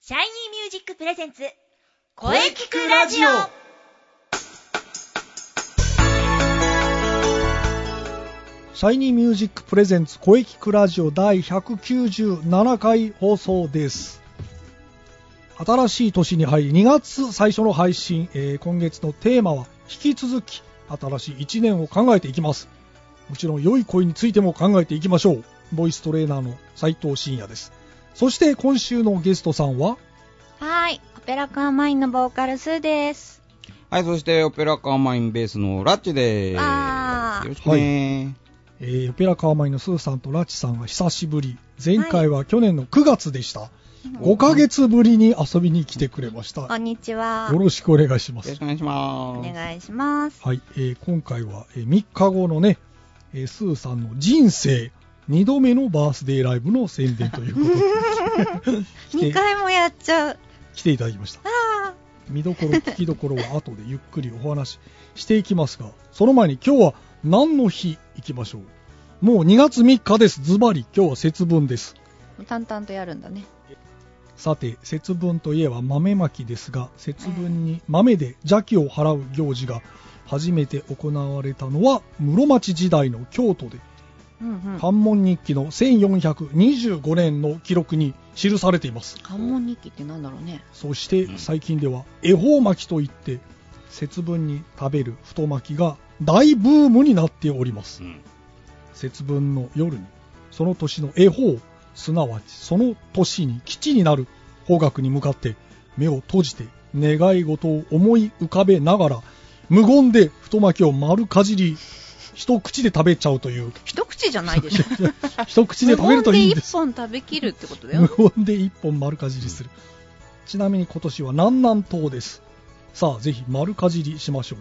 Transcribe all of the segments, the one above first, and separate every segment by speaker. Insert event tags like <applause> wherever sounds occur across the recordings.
Speaker 1: シャイニーミュージックプレゼンツ
Speaker 2: 声聞くラジオシャイニーミュージックプレゼンツ声聞くラジオ第197回放送です。新しい年に入り2月最初の配信、えー今月のテーマは引き続き新しい1年を考えていきます。もちろん良い恋についても考えていきましょう。ボイストレーナーの斉藤真也です。そして今週のゲストさんは
Speaker 3: はい、オペラカーマインのボーカルスーです。
Speaker 4: はい、そしてオペラカーマインベースのラッチで
Speaker 3: わー
Speaker 4: ーす。よろしくね
Speaker 2: えーオペラ川前のスーさんとラチさんが久しぶり前回は去年の9月でした、5ヶ月ぶりに遊びに来てくれました
Speaker 3: こんにちは
Speaker 2: よ。ろしくお願いしま
Speaker 4: よろし
Speaker 2: す
Speaker 4: くお願いし
Speaker 3: お
Speaker 4: ます。
Speaker 3: 願いします。
Speaker 2: はい、えー今回は3日後のね、えースーさんの人生2度目のバースデーライブの宣伝ということで来て
Speaker 3: 2回もやっちゃう。
Speaker 2: 来ていただきました
Speaker 3: あ
Speaker 2: 見どころ聞きどころは後でゆっくりお話ししていきますがその前に今日は何の日いきましょうもう2月3日ですズバリ今日は節分です
Speaker 3: あ、淡々とやるんだね。
Speaker 2: さて節分といえば豆まきですが節分に豆で邪気を払う行事が初めて行われたのは室町時代の京都で
Speaker 3: うんうん。
Speaker 2: 関門日記の1425年の記録に記されています
Speaker 3: 関門日記ってなんだろうね。
Speaker 2: そして最近では恵方巻きといって節分に食べる太巻きが大ブームになっております
Speaker 4: うん
Speaker 2: 節分の夜にその年の恵方すなわちその年に基地になる方角に向かって目を閉じて願い事を思い浮かべながら無言で太巻きを丸かじり一口で食べちゃうという <laughs>
Speaker 3: 一口じゃないでしょ。
Speaker 2: 一 <laughs> 口で食べるといい
Speaker 3: 無
Speaker 2: ん
Speaker 3: 言
Speaker 2: で
Speaker 3: です一本食べきるってことだ
Speaker 2: <laughs> 無
Speaker 3: よ。
Speaker 2: 言で一本丸かじりするちなみに今年は南南東ですさあぜひ丸かじりしましょう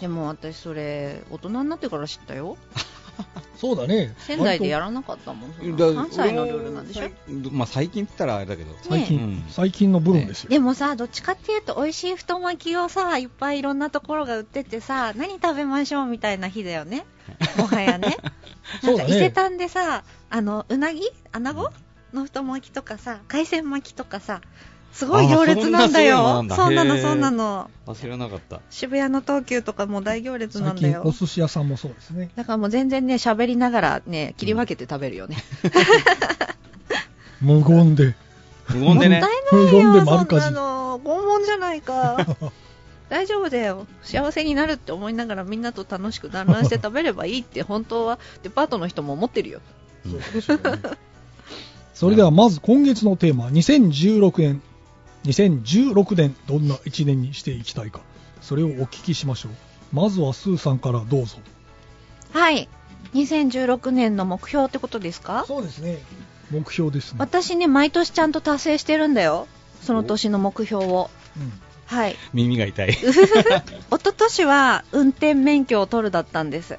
Speaker 3: でも私それ、大人になってから知ったよ。
Speaker 2: そうだね
Speaker 3: 仙台でやらなかったもん。そんな
Speaker 4: だ
Speaker 3: 関西のルールなんでしょ
Speaker 4: 俺。も最まあ最近って言ったらあれだけど。
Speaker 2: 最近、
Speaker 4: うん
Speaker 2: 最近の部分ですよ、
Speaker 3: でもさ、どっちかっていうと、美味しい太巻きをさ、いっぱいいろんなところが売っててさ、何食べましょうみたいな日だよね。もはやね。な
Speaker 2: そうんだ
Speaker 3: か
Speaker 2: ね
Speaker 3: 伊勢丹でさ、あの、うなぎ穴子の太巻きとかさ、海鮮巻きとかさ、すごい行列なんだ
Speaker 4: あそ
Speaker 3: よ
Speaker 4: ん。な
Speaker 3: そ
Speaker 4: すご
Speaker 3: う
Speaker 4: い
Speaker 3: な
Speaker 4: のなん
Speaker 3: の、
Speaker 4: だへー
Speaker 3: そうなの。
Speaker 4: 忘れなかった。
Speaker 3: 渋谷の東急とかも大行列な
Speaker 2: 最
Speaker 3: んだ
Speaker 2: 近お
Speaker 3: よ。
Speaker 2: 寿司屋さんもそうですね
Speaker 3: だからもう全然ね、喋りながらね、切り分けて食べるよね。
Speaker 2: 無言 <laughs> で
Speaker 4: 無言でね
Speaker 3: もっ。た
Speaker 2: 無
Speaker 3: い
Speaker 2: 言
Speaker 3: ないよ、
Speaker 2: で
Speaker 3: そ
Speaker 2: 丸
Speaker 3: ん
Speaker 2: かじ
Speaker 3: な
Speaker 2: り
Speaker 3: の。拷問じゃないか。大丈夫だよ。幸せになるって思いながらみんなと楽しく団らんして食べればいいって本当はデパートの人も思ってるよ。
Speaker 4: うん
Speaker 2: それではまず今月のテーマ2016年2016年どんな1年にしていきたいかそれをお聞きしましょうまずはスーさんからどうぞ
Speaker 3: はい。2016年の目標ってことですか
Speaker 2: そうですね目標ですね、
Speaker 3: 私ね、毎年ちゃんと達成してるんだよ。その年の目標を。
Speaker 2: う
Speaker 3: はい。
Speaker 4: 耳が痛 <laughs> い。
Speaker 3: うふふふ一昨年は運転免許を取るだったんです。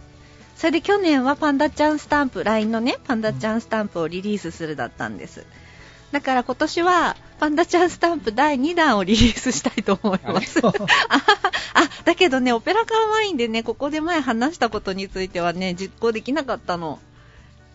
Speaker 3: それで去年はパンダちゃんスタンプ、LINE のね、パンダちゃんスタンプをリリースするだったんです。だから今年はパンダちゃんスタンプ第2弾をリリースしたいと思います。 <laughs> あだけどね、オペラカーワインでね、ここで前話したことについてはね、実行できなかったの。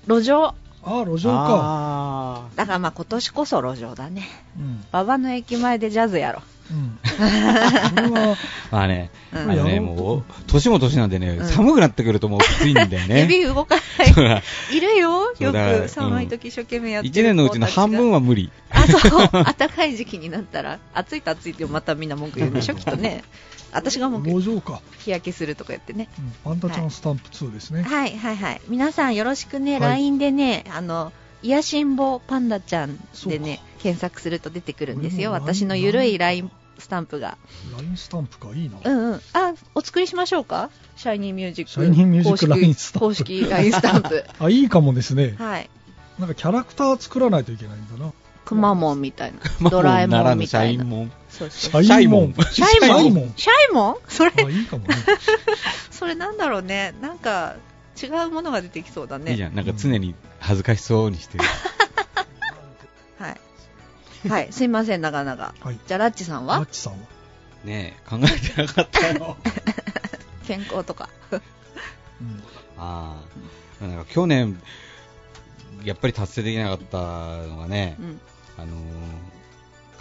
Speaker 3: 路上。
Speaker 2: <laughs> ん、ああ路上か、
Speaker 4: あ
Speaker 3: だからまあ今年こそ路上だね。
Speaker 2: うん
Speaker 3: 馬場の駅前でジャズやろ。
Speaker 2: うん、これは
Speaker 4: ーまあね、
Speaker 3: うん
Speaker 4: あのね、
Speaker 2: うん
Speaker 4: もう、年も年なんでね
Speaker 3: う、ん
Speaker 4: 寒くなってくるともうきついんだよね。
Speaker 3: 指動かない。
Speaker 4: そう <laughs> だ
Speaker 3: いるよ、
Speaker 4: そう
Speaker 3: よ
Speaker 4: だから
Speaker 3: く寒い時一生懸命やってる
Speaker 4: 一年のうちの半分
Speaker 3: は。
Speaker 4: は無理。
Speaker 3: あ、そう、 <laughs> 暖かい時期になったら、暑いと暑いってまたみんな文句言うんで
Speaker 4: <laughs>
Speaker 3: しょ、きっとね。私が文句言う
Speaker 2: 路上か、
Speaker 3: 日焼けするとか言ってね。 <laughs>
Speaker 2: うん、パンダちゃんスタンプ2ですね、
Speaker 3: はいはいはい。皆さんよろしくね、
Speaker 2: はい
Speaker 3: LINE でね、あの、癒しんぼパンダちゃんでね
Speaker 2: そう、
Speaker 3: 検索すると出てくるんですよ。
Speaker 2: 俺も LINE
Speaker 3: 私のゆるい LINE スタンプが。
Speaker 2: LINE スタンプかいいな、
Speaker 3: うんうん。あ、お作りしましょうかシャイニーミュージック。
Speaker 2: シャイニーミュージック LINE スタンプ
Speaker 3: 公式公式 LINE スタン
Speaker 2: <laughs>
Speaker 3: プ。
Speaker 2: あいいかもですね
Speaker 3: はい。
Speaker 2: なんかキャラクター作らないといけないんだな
Speaker 3: くまモンみたいな。ドラえ
Speaker 4: な
Speaker 3: も
Speaker 4: ら
Speaker 3: ん
Speaker 4: ぬ
Speaker 3: み
Speaker 4: シ
Speaker 3: た
Speaker 4: ャ
Speaker 3: い
Speaker 4: イ
Speaker 3: な。
Speaker 4: モン。
Speaker 3: そうそう
Speaker 2: シャイモン
Speaker 4: シャ
Speaker 3: イモン
Speaker 2: シャイモン
Speaker 3: シャイモンそれ、
Speaker 2: あいいかもね
Speaker 3: それなんだろうね。なんか、違うものが出てきそうだね。
Speaker 4: いいじゃん。なんか常に恥ずかしそうにしてる。
Speaker 3: はい。はい、すいません、長々。
Speaker 2: はい
Speaker 3: じゃあ、ラッチさん
Speaker 2: マッ
Speaker 3: は
Speaker 2: チさんは
Speaker 4: ねえ、考えてなかったよ。
Speaker 3: 健康とか。
Speaker 2: うん
Speaker 4: ああ、なんか去年、やっぱり達成できなかったのがね
Speaker 3: う、ん。
Speaker 4: あのー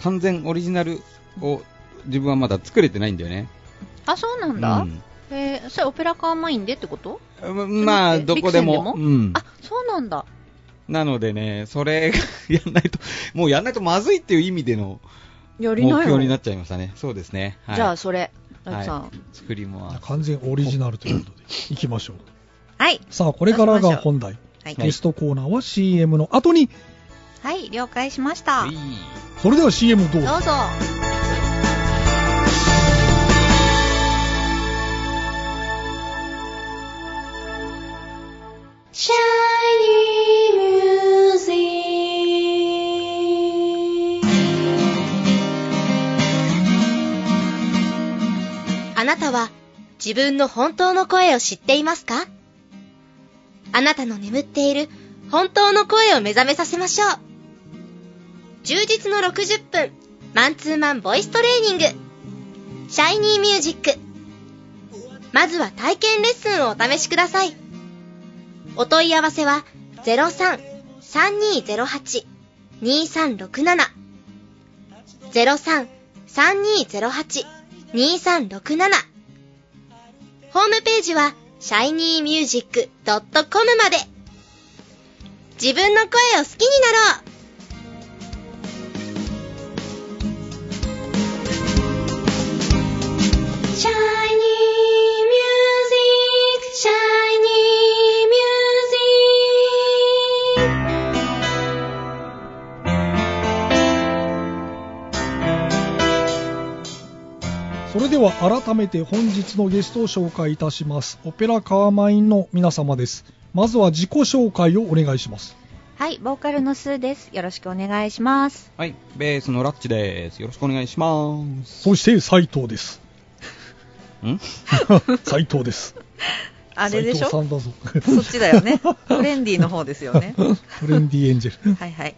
Speaker 4: 完全オリジナルを自分はまだ作れてないんだよね。
Speaker 5: <laughs> あ、そうなんだ。えー、それオペラカーマインでってこと
Speaker 4: うん、まあ、
Speaker 5: それって
Speaker 4: どこでも。
Speaker 5: ビクセンでも
Speaker 4: うん
Speaker 5: あ、そうなんだ。
Speaker 4: なのでね、それがやんないと、もうやんないとまずいっていう意味での
Speaker 5: や
Speaker 4: 目
Speaker 5: りな
Speaker 4: 標に
Speaker 5: よ。
Speaker 4: なっちゃいましたね。そうですね。はい、
Speaker 5: じゃあ、それ、大
Speaker 4: はい
Speaker 5: 地さん。
Speaker 4: 作りもは
Speaker 2: 完全オリジナルということで、いきましょう。
Speaker 3: はい。
Speaker 2: さあ、これからが本題。
Speaker 3: はい
Speaker 2: ゲストコーナーは CM の後に、
Speaker 3: はい、了解しました。
Speaker 4: うい
Speaker 3: ど
Speaker 2: それでは CM どうぞ。
Speaker 3: うぞ。
Speaker 1: あなたは自分の本当の声を知っていますかあなたの眠っている本当の声を目覚めさせましょう。充実の60分、マンツーマンボイストレーニング、シャイニーミュージック。まずは体験レッスンをお試しください。お問い合わせは03-3208-2367。03-3208-2367ホームページは shinymusic.com まで自分の声を好きになろうシャイニーミュージック、シャイニーミュージック。
Speaker 2: それでは改めて本日のゲストを紹介いたします。オペラカーマインの皆様です。まずは自己紹介をお願いします。
Speaker 3: はい、ボーカルのスーです。よろしくお願いします。
Speaker 4: はい、ベースのラッチです。よろしくお願いします。
Speaker 2: そして斉藤 <laughs> です。
Speaker 4: ん
Speaker 2: 斉藤です。
Speaker 3: あれでしょ
Speaker 2: 斉
Speaker 3: そ
Speaker 2: 藤さんだぞ。 <laughs>
Speaker 3: っちだよね。フレンディの方ですよね。
Speaker 2: トレンディエンジェル。
Speaker 3: はいはい。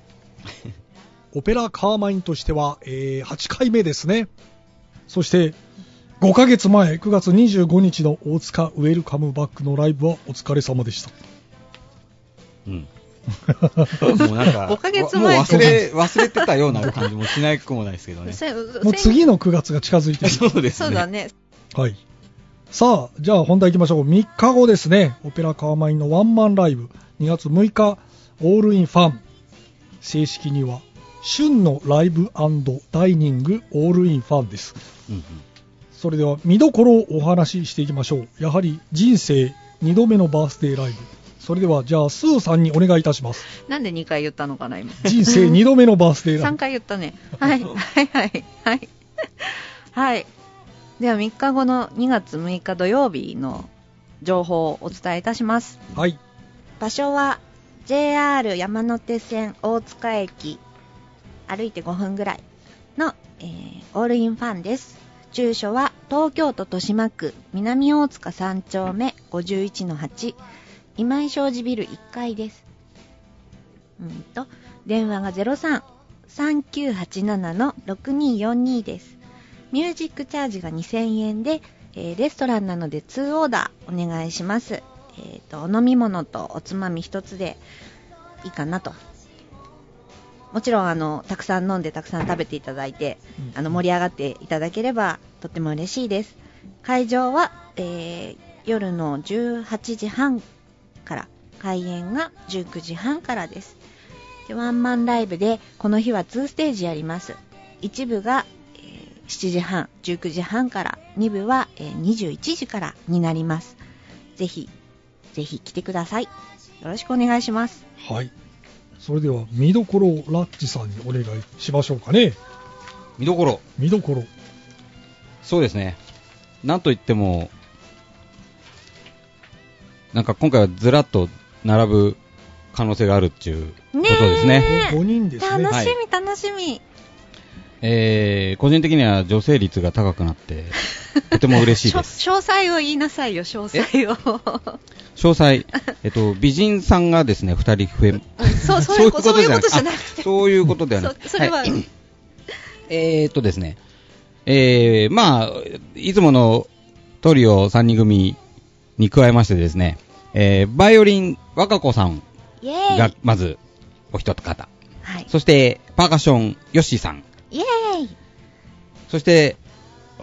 Speaker 2: オペラカーマインとしては、えー8回目ですね。そして、5ヶ月前、9月25日の大塚ウェルカムバックのライブはお疲れ様でした。
Speaker 4: うん。もうなん <laughs> か、
Speaker 3: 5ヶ月前
Speaker 4: もう忘れ、忘れてたような感じもしなくもないですけどね。
Speaker 3: せ
Speaker 2: もう
Speaker 3: せ
Speaker 2: 次の9月が近づいてる。
Speaker 4: そうです
Speaker 3: そ
Speaker 4: ね。
Speaker 3: うだね。
Speaker 2: <laughs> はい。さあ、じゃあ本題行きましょう。3日後ですね、オペラカーマインのワンマンライブ、2月6日、オールインファン。正式には、旬のライブダイニングオールインファンです。
Speaker 4: うんうん
Speaker 2: それでは見どころをお話ししていきましょう。やはり人生2度目のバースデーライブ。それでは、じゃあ、スーさんにお願いいたします。
Speaker 3: なんで2回言ったのかな、今。
Speaker 2: 人生2度目のバースデーラ
Speaker 3: <laughs> 3
Speaker 2: イブ。
Speaker 3: 回言ったね。はい、はい、はい、はい。はい。では、3日後の2月6日土曜日の情報をお伝えいたします。
Speaker 2: はい。
Speaker 3: 場所は JR 山手線大塚駅歩いて5分ぐらいの、えーオールインファンです住所は東京都豊島区南大塚3丁目51-8今井商事ビル1階ですうんと電話が03-3987-6242ですミュージックチャージが2000円で、えーレストランなので2オーダーお願いしますえー、とお飲み物とおつまみ一つでいいかなともちろんあのたくさん飲んでたくさん食べていただいてあの盛り上がっていただければとっても嬉しいです会場は、えー夜の18時半から開演が19時半からですでワンマンライブでこの日は2ステージやります一部が、えー7時半19時半から2部は、えー21時からになりますぜひぜひ来てください。よろしくお願いします。
Speaker 2: はい。それでは、見どころをラッチさんにお願いしましょうかね。
Speaker 4: 見どころ。
Speaker 2: 見どころ。
Speaker 4: そうですね。なんといっても、なんか今回はずらっと並ぶ可能性があるっていうことですね。
Speaker 3: ねえ
Speaker 2: 5人ですね。
Speaker 3: 楽
Speaker 4: は
Speaker 3: し
Speaker 4: い
Speaker 3: み、楽しみ。
Speaker 4: えー個人的には女性率が高くな <laughs> って、とても嬉しい
Speaker 3: しょ
Speaker 4: で
Speaker 3: 詳
Speaker 4: す。
Speaker 3: 細を言いなさいよ、詳細を。
Speaker 4: 詳細、えっと、美人さんがですね、二人増え、
Speaker 3: そう、そういう
Speaker 4: <laughs>
Speaker 3: こと、そういうことじゃな
Speaker 4: あ
Speaker 3: くて。
Speaker 4: そういうことではなくて。
Speaker 3: そそれは、
Speaker 4: いえーっとですね、えー、まあ、いつものトリオ3人組に加えましてですね、えー、バイオリン若子さん
Speaker 1: イェーイ
Speaker 4: がまずお一方、
Speaker 3: はい。
Speaker 4: そしてパーカッションヨッシーさん、
Speaker 1: イェーイ
Speaker 4: そして、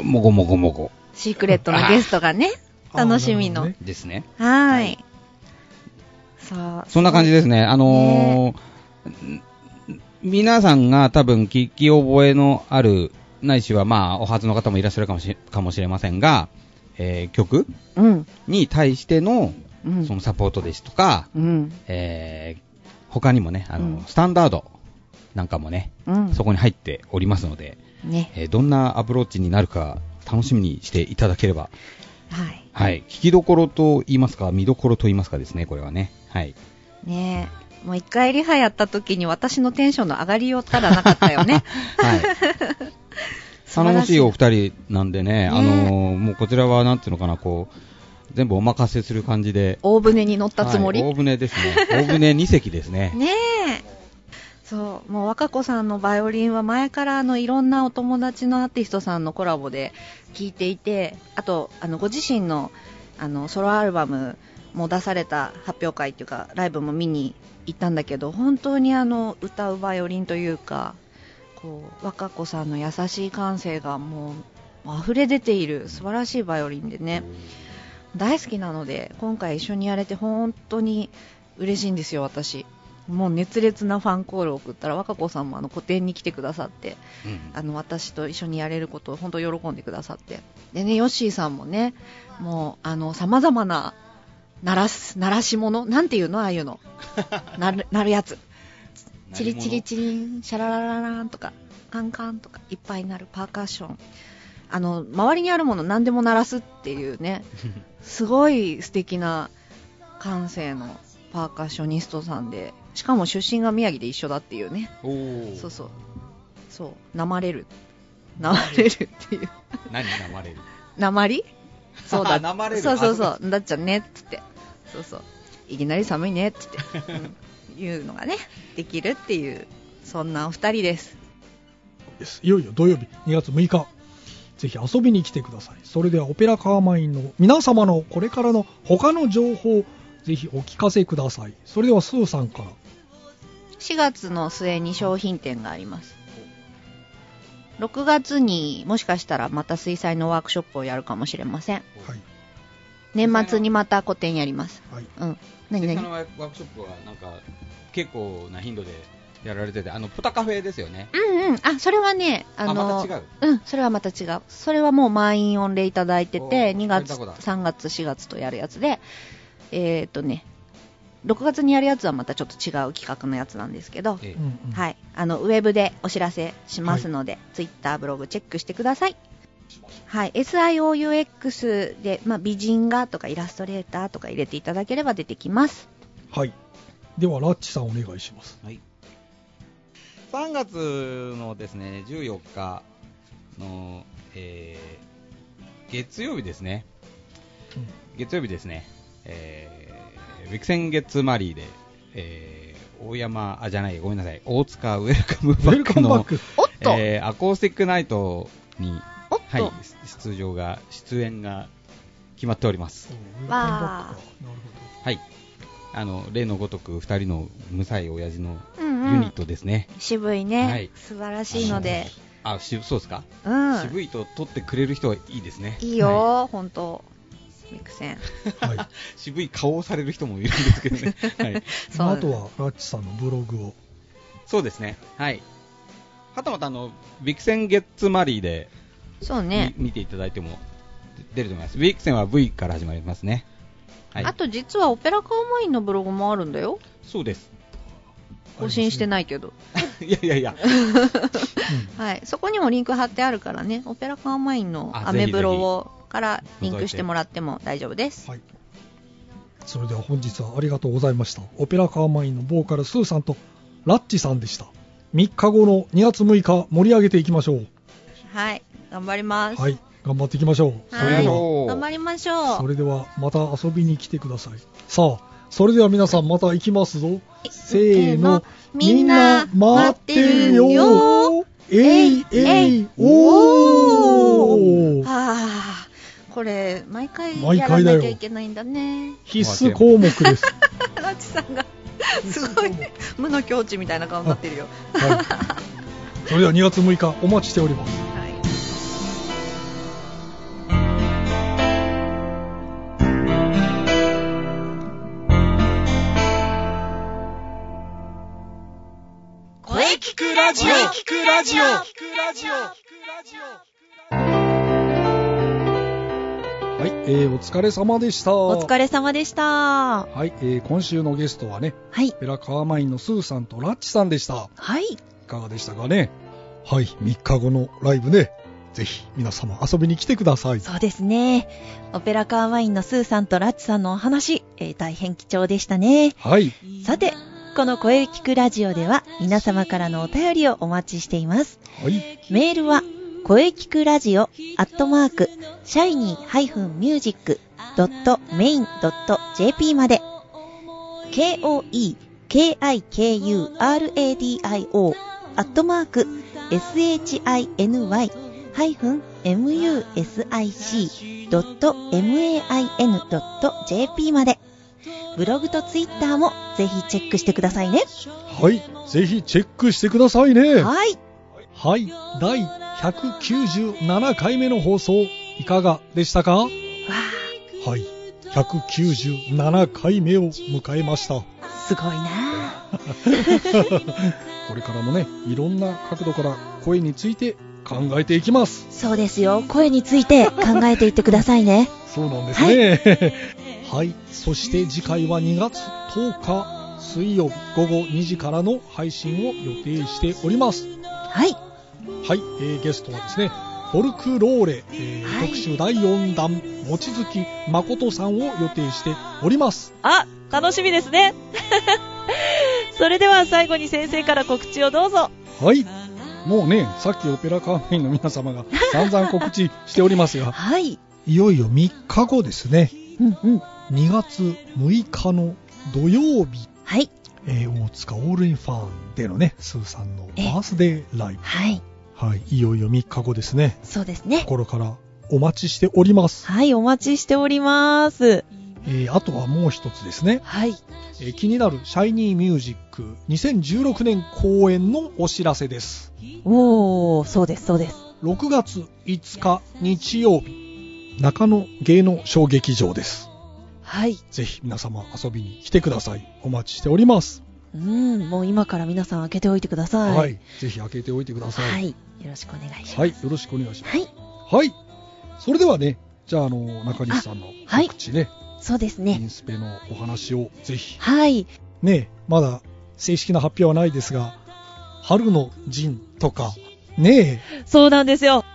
Speaker 4: もごもごもご
Speaker 3: シークレットのゲストがね、
Speaker 2: あー
Speaker 3: 楽しみの。
Speaker 2: なる
Speaker 4: ですね。
Speaker 3: は。
Speaker 4: はい
Speaker 3: そう。
Speaker 4: そんな感じですね。あのーん皆さんが多分聞き覚えのある、ないしはまあ、お初の方もいらっしゃるかもしかもしれませんが、えー曲
Speaker 3: うん。
Speaker 4: に対しての、
Speaker 3: うん
Speaker 4: そのサポートですとか、
Speaker 3: うん。
Speaker 4: えー他にもね、あの、
Speaker 3: うん
Speaker 4: スタンダードなんかもね、
Speaker 3: うん。
Speaker 4: そこに入っておりますので、
Speaker 3: ね。
Speaker 4: えーどんなアプローチになるか楽しみにしていただければ、
Speaker 3: はい。
Speaker 4: はい、聞きどころと言いますか、見どころと言いますかですね、これはね。はい。
Speaker 3: ねえ。もう一回リハやった時に私のテンションの上がりよったらなかったよね。 <laughs>
Speaker 4: はい。
Speaker 3: 素晴
Speaker 4: <laughs> 頼
Speaker 3: ら
Speaker 4: もしいお二人なんでね、
Speaker 3: ね
Speaker 4: あのーもうこちらはなんていうのかな、こう、全部お任せする感じで。
Speaker 3: 大船に乗ったつもり。
Speaker 4: はい大船ですね。大船2隻で
Speaker 3: <laughs>
Speaker 4: すね。
Speaker 3: ねえ。そう、もう若子さんのバイオリンは前からあのいろんなお友達のアーティストさんのコラボで聴いていて、あとあのご自身のあのソロアルバムも出された発表会というかライブも見に行ったんだけど、本当にあの歌うバイオリンというか、こう若子さんの優しい感性がもう溢れ出ている素晴らしいバイオリンでね、大好きなので今回一緒にやれて本当に嬉しいんですよ私もう熱烈なファンコールを送ったら若子さんもあの個展に来てくださって
Speaker 4: うん
Speaker 3: あの私と一緒にやれることを本当喜んでくださってでねヨッシーさんもねもうあの様々な鳴らす鳴らし物なんていうのああいうのなるなるやつチリチリチリン、シャララララーンとか、カンカンとか、いっぱいなるパーカッション。あの、周りにあるもの何でも鳴らすっていうね、すごい素敵な感性のパーカッショニストさんで、しかも出身が宮城で一緒だっていうね。
Speaker 4: おー
Speaker 3: そうそう。そう、なまれる。なまれるっていう。
Speaker 4: 何生まれる
Speaker 3: なまりそう
Speaker 4: <laughs>
Speaker 3: だ
Speaker 4: なまれる
Speaker 3: そうそう
Speaker 4: あ
Speaker 3: そうだっちゃんねっつってそうそういきなり寒いねっつって、
Speaker 4: <laughs>
Speaker 3: うん言うのがねできるっていうそんなお二人です
Speaker 2: ほどですいよいよ土曜日2月6日ぜひ遊びに来てくださいそれではオペラカーマインの皆様のこれからの他の情報ぜひお聞かせくださいそれではスーさんから
Speaker 3: 4月の末に商品展があります6月にもしかしたらまた水彩のワークショップをやるかもしれません
Speaker 2: はい
Speaker 3: 年末にまた個展やります
Speaker 2: はい
Speaker 3: うん何
Speaker 4: 実家の
Speaker 3: 何
Speaker 4: ワークショップはなんか結構な頻度でやられてて、あのポタカフェですよね。
Speaker 3: うんうんあそれはねあの
Speaker 4: あ、また違う。
Speaker 3: うん、それはまた違う。それはもう満員御礼いただいて
Speaker 4: お
Speaker 3: て、
Speaker 4: ー
Speaker 3: 2月、
Speaker 4: これどこだ
Speaker 3: 3月、4月とやるやつで、えーっ、とね、6月にやるやつはまたちょっと違う企画のやつなんですけど、
Speaker 4: ええ
Speaker 2: うんうん
Speaker 3: はい、あのウェブでお知らせしますので、ツイッター、ブログチェックしてください。はい、SIOUX で、まあ、美人画とかイラストレーターとか入れていただければ出てきます。
Speaker 2: はいではラッチさんお願いします
Speaker 4: はい、3月のですね14日の、えー月曜日ですね、
Speaker 2: うん
Speaker 4: 月曜日ですね、えー、ウィクセンゲッツマリーで、えー大山、あ、じゃない、ごめんなさい、大塚ウェルカム
Speaker 2: ウ
Speaker 4: バ
Speaker 2: ェル
Speaker 4: ッ
Speaker 2: カ
Speaker 4: ク
Speaker 2: ムバッ
Speaker 4: の、
Speaker 2: ク
Speaker 3: おっと、
Speaker 4: えーアコースティックナイトに、
Speaker 3: おっ
Speaker 4: は
Speaker 3: と、
Speaker 4: い、出場が、出演が決まっております。
Speaker 2: うんウェルカムバッ
Speaker 3: わ
Speaker 2: クかなるほど
Speaker 4: はい。あの、例のごとく二人の無才親父の
Speaker 3: うんう
Speaker 4: ユニッ
Speaker 3: ん、
Speaker 4: トですね。
Speaker 3: 渋いね、
Speaker 4: はい
Speaker 3: 素晴らしいので、
Speaker 4: あ、しそうですか、
Speaker 3: うん、
Speaker 4: 渋いと取ってくれる人はいいですね。
Speaker 3: いいよ、
Speaker 4: は
Speaker 3: 本当。ミクセン。
Speaker 2: はい
Speaker 4: い渋い顔をされる人もいるんですけどね。はい。
Speaker 3: <laughs> そう
Speaker 2: あとはラッチさんのブログを
Speaker 4: そうですね。はい。はたまたあの、ビクセンゲッツマリーで、
Speaker 3: そうね。
Speaker 4: み見ていただいても出ると思います。ビクセンは V から始まりますね。はい。
Speaker 3: あと実はオペラカーマインのブログもあるんだよ。
Speaker 4: そうです。 <laughs>
Speaker 3: 更新して
Speaker 2: い、
Speaker 3: ないけど。
Speaker 4: いやいやいや。
Speaker 2: うん
Speaker 3: はい。そこにもリンク貼ってあるからね。オペラカーマインの
Speaker 4: あ
Speaker 3: アメブロをからリンクしてもらっても大丈夫です。
Speaker 2: はい、それでは本日はありがとうございましたオペラカーマインのボーカルスーさんとラッチさんでした3日後の2月6日盛り上げていきましょう
Speaker 3: はい。頑張ります。
Speaker 2: はい頑張っていきましょうそれ
Speaker 3: は
Speaker 2: で
Speaker 3: い
Speaker 2: は
Speaker 3: 頑張りまし
Speaker 2: そ
Speaker 3: ょう。
Speaker 2: れではまた遊びに来てくださいさあそれでは皆さんまた行きますぞせーの
Speaker 3: みんな待ってるよ。
Speaker 2: えいえいおー
Speaker 3: はあ。これ、毎回
Speaker 2: 毎
Speaker 3: やら
Speaker 2: 回だ
Speaker 3: な
Speaker 2: よ
Speaker 3: きゃいけないんだね。
Speaker 2: 必須項目です、
Speaker 3: ラッチさんがすごい無の境地みたいな顔になってるよ。
Speaker 2: はい、それでは2月6日お待ちしております
Speaker 3: はい
Speaker 2: ラジオはい、えーお疲れ様でした。
Speaker 3: お疲れ様でした。
Speaker 2: はい、えー今週のゲストはね、
Speaker 3: はい。
Speaker 2: ペラカーマインのスーさんとラッチさんでした。
Speaker 3: はい。
Speaker 2: いかがでしたかねはい、3日後のライブね、ぜひ皆様遊びに来てください。
Speaker 3: そうですね。オペラカーワインのスーさんとラッチさんのお話、えー大変貴重でしたね。
Speaker 2: はい、
Speaker 3: さて、この声聞くラジオでは皆様からのお便りをお待ちしています。
Speaker 2: はい、
Speaker 3: メールは、声聞くラジオ、アットマーク、シャイニー -music.main.jp まで、k-o-e-k-i-k-u-r-a-d-i-o、アットマーク、shiny-music.main.jp まで、ブログとツイッターもぜひチェックしてくださいね。
Speaker 2: はい、ぜひチェックしてくださいね。
Speaker 3: はい。
Speaker 2: はい、第197回目の放送、いかがでしたか
Speaker 3: わ
Speaker 2: はい、197回目を迎えました。
Speaker 3: あ、すごいなあ
Speaker 2: <laughs> これからもね、いろんな角度から声について考えていきます。
Speaker 3: そうですよ。声について考えていってくださいね。
Speaker 2: そうなんですね。 <laughs> はい、そして次回は2月10日水曜日午後2時からの配信を予定しております。
Speaker 3: はい。
Speaker 2: はい、えーゲストはですね、フォルクローレ、えー
Speaker 3: はい
Speaker 2: 特集第4弾、望月誠さんを予定しております。
Speaker 6: あ、楽しみです
Speaker 3: <laughs>
Speaker 6: ね。それでは最後に先生から告知をどうぞ。
Speaker 2: はい。もうね、さっきオペラカーフェインの皆様が散々告知しておりますが、
Speaker 3: はい。
Speaker 2: <laughs> いよいよ3日後ですね、
Speaker 3: うんうん。
Speaker 2: 2月6日の土曜日、
Speaker 3: はい。
Speaker 2: えー大塚オールインファンでのね、スーさんのバースデーライブ。
Speaker 3: はい。
Speaker 2: はい、いよいよ3日後ですね。
Speaker 3: そうですね。
Speaker 2: 心からお待ちしております。
Speaker 3: はい、お待ちしております。
Speaker 2: えーあとはもう一つですね、
Speaker 3: はい。
Speaker 2: えー気になるシャイニーミュージック2016年公演のお知らせです。
Speaker 3: おー、そうです、そうです。
Speaker 2: 6月5日日曜日、中野芸能小劇場です。
Speaker 3: はい。
Speaker 2: ぜひ皆様遊びに来てください。お待ちしております。
Speaker 3: うん、もう今から皆さん開けておいてください。
Speaker 2: はい。。ぜひ開けておいてください。
Speaker 3: はい。よろしくお願いします。
Speaker 2: はい、よろしくお願いしま
Speaker 3: はい。
Speaker 2: す。はい。それではね、じゃあ、あの、中西さんの
Speaker 3: はい
Speaker 2: 告知ね、
Speaker 3: そうです
Speaker 2: イ
Speaker 3: ね。
Speaker 2: ンスペのお話をぜひ。
Speaker 3: はい。
Speaker 2: ね、まだ正式な発表はないですが、春の陣とか、ねえ、
Speaker 6: そうなんですよ。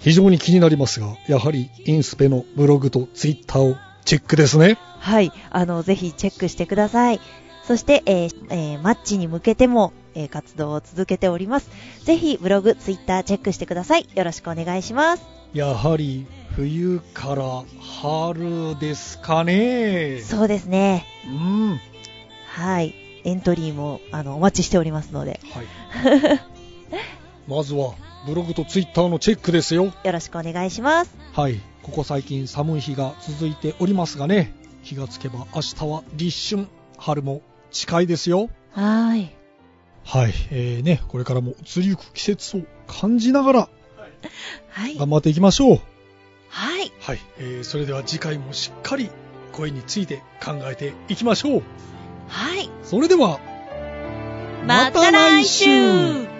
Speaker 2: 非常に気になりますが、やはりインスペのブログとツイッターをチェックですね。
Speaker 3: はい。あの、ぜひチェックしてください。そして、えーえーマッチに向けても、えー活動を続けております。ぜひ、ブログ、ツイッターチェックしてください。よろしくお願いします。
Speaker 2: やはり冬から春ですかね。
Speaker 3: そうですね。
Speaker 2: うん。はい。
Speaker 3: はい。エントリーも、あの、お待ちしておりますので、
Speaker 2: <laughs> まずはブログとツイッターのチェックですよ。
Speaker 3: よろしくお願いします。
Speaker 2: はい。ここ最近寒い日が続いておりますがね。気がつけば明日は立春。春も近いですよ。
Speaker 3: はい。
Speaker 2: はい。えー、ね、これからも移りゆく季節を感じながら
Speaker 3: はい。
Speaker 2: 頑張っていきましょう。
Speaker 3: はい。
Speaker 2: はい。えー、それでは次回もしっかり声について考えていきましょう。
Speaker 3: はい。
Speaker 2: それでは、
Speaker 6: また来週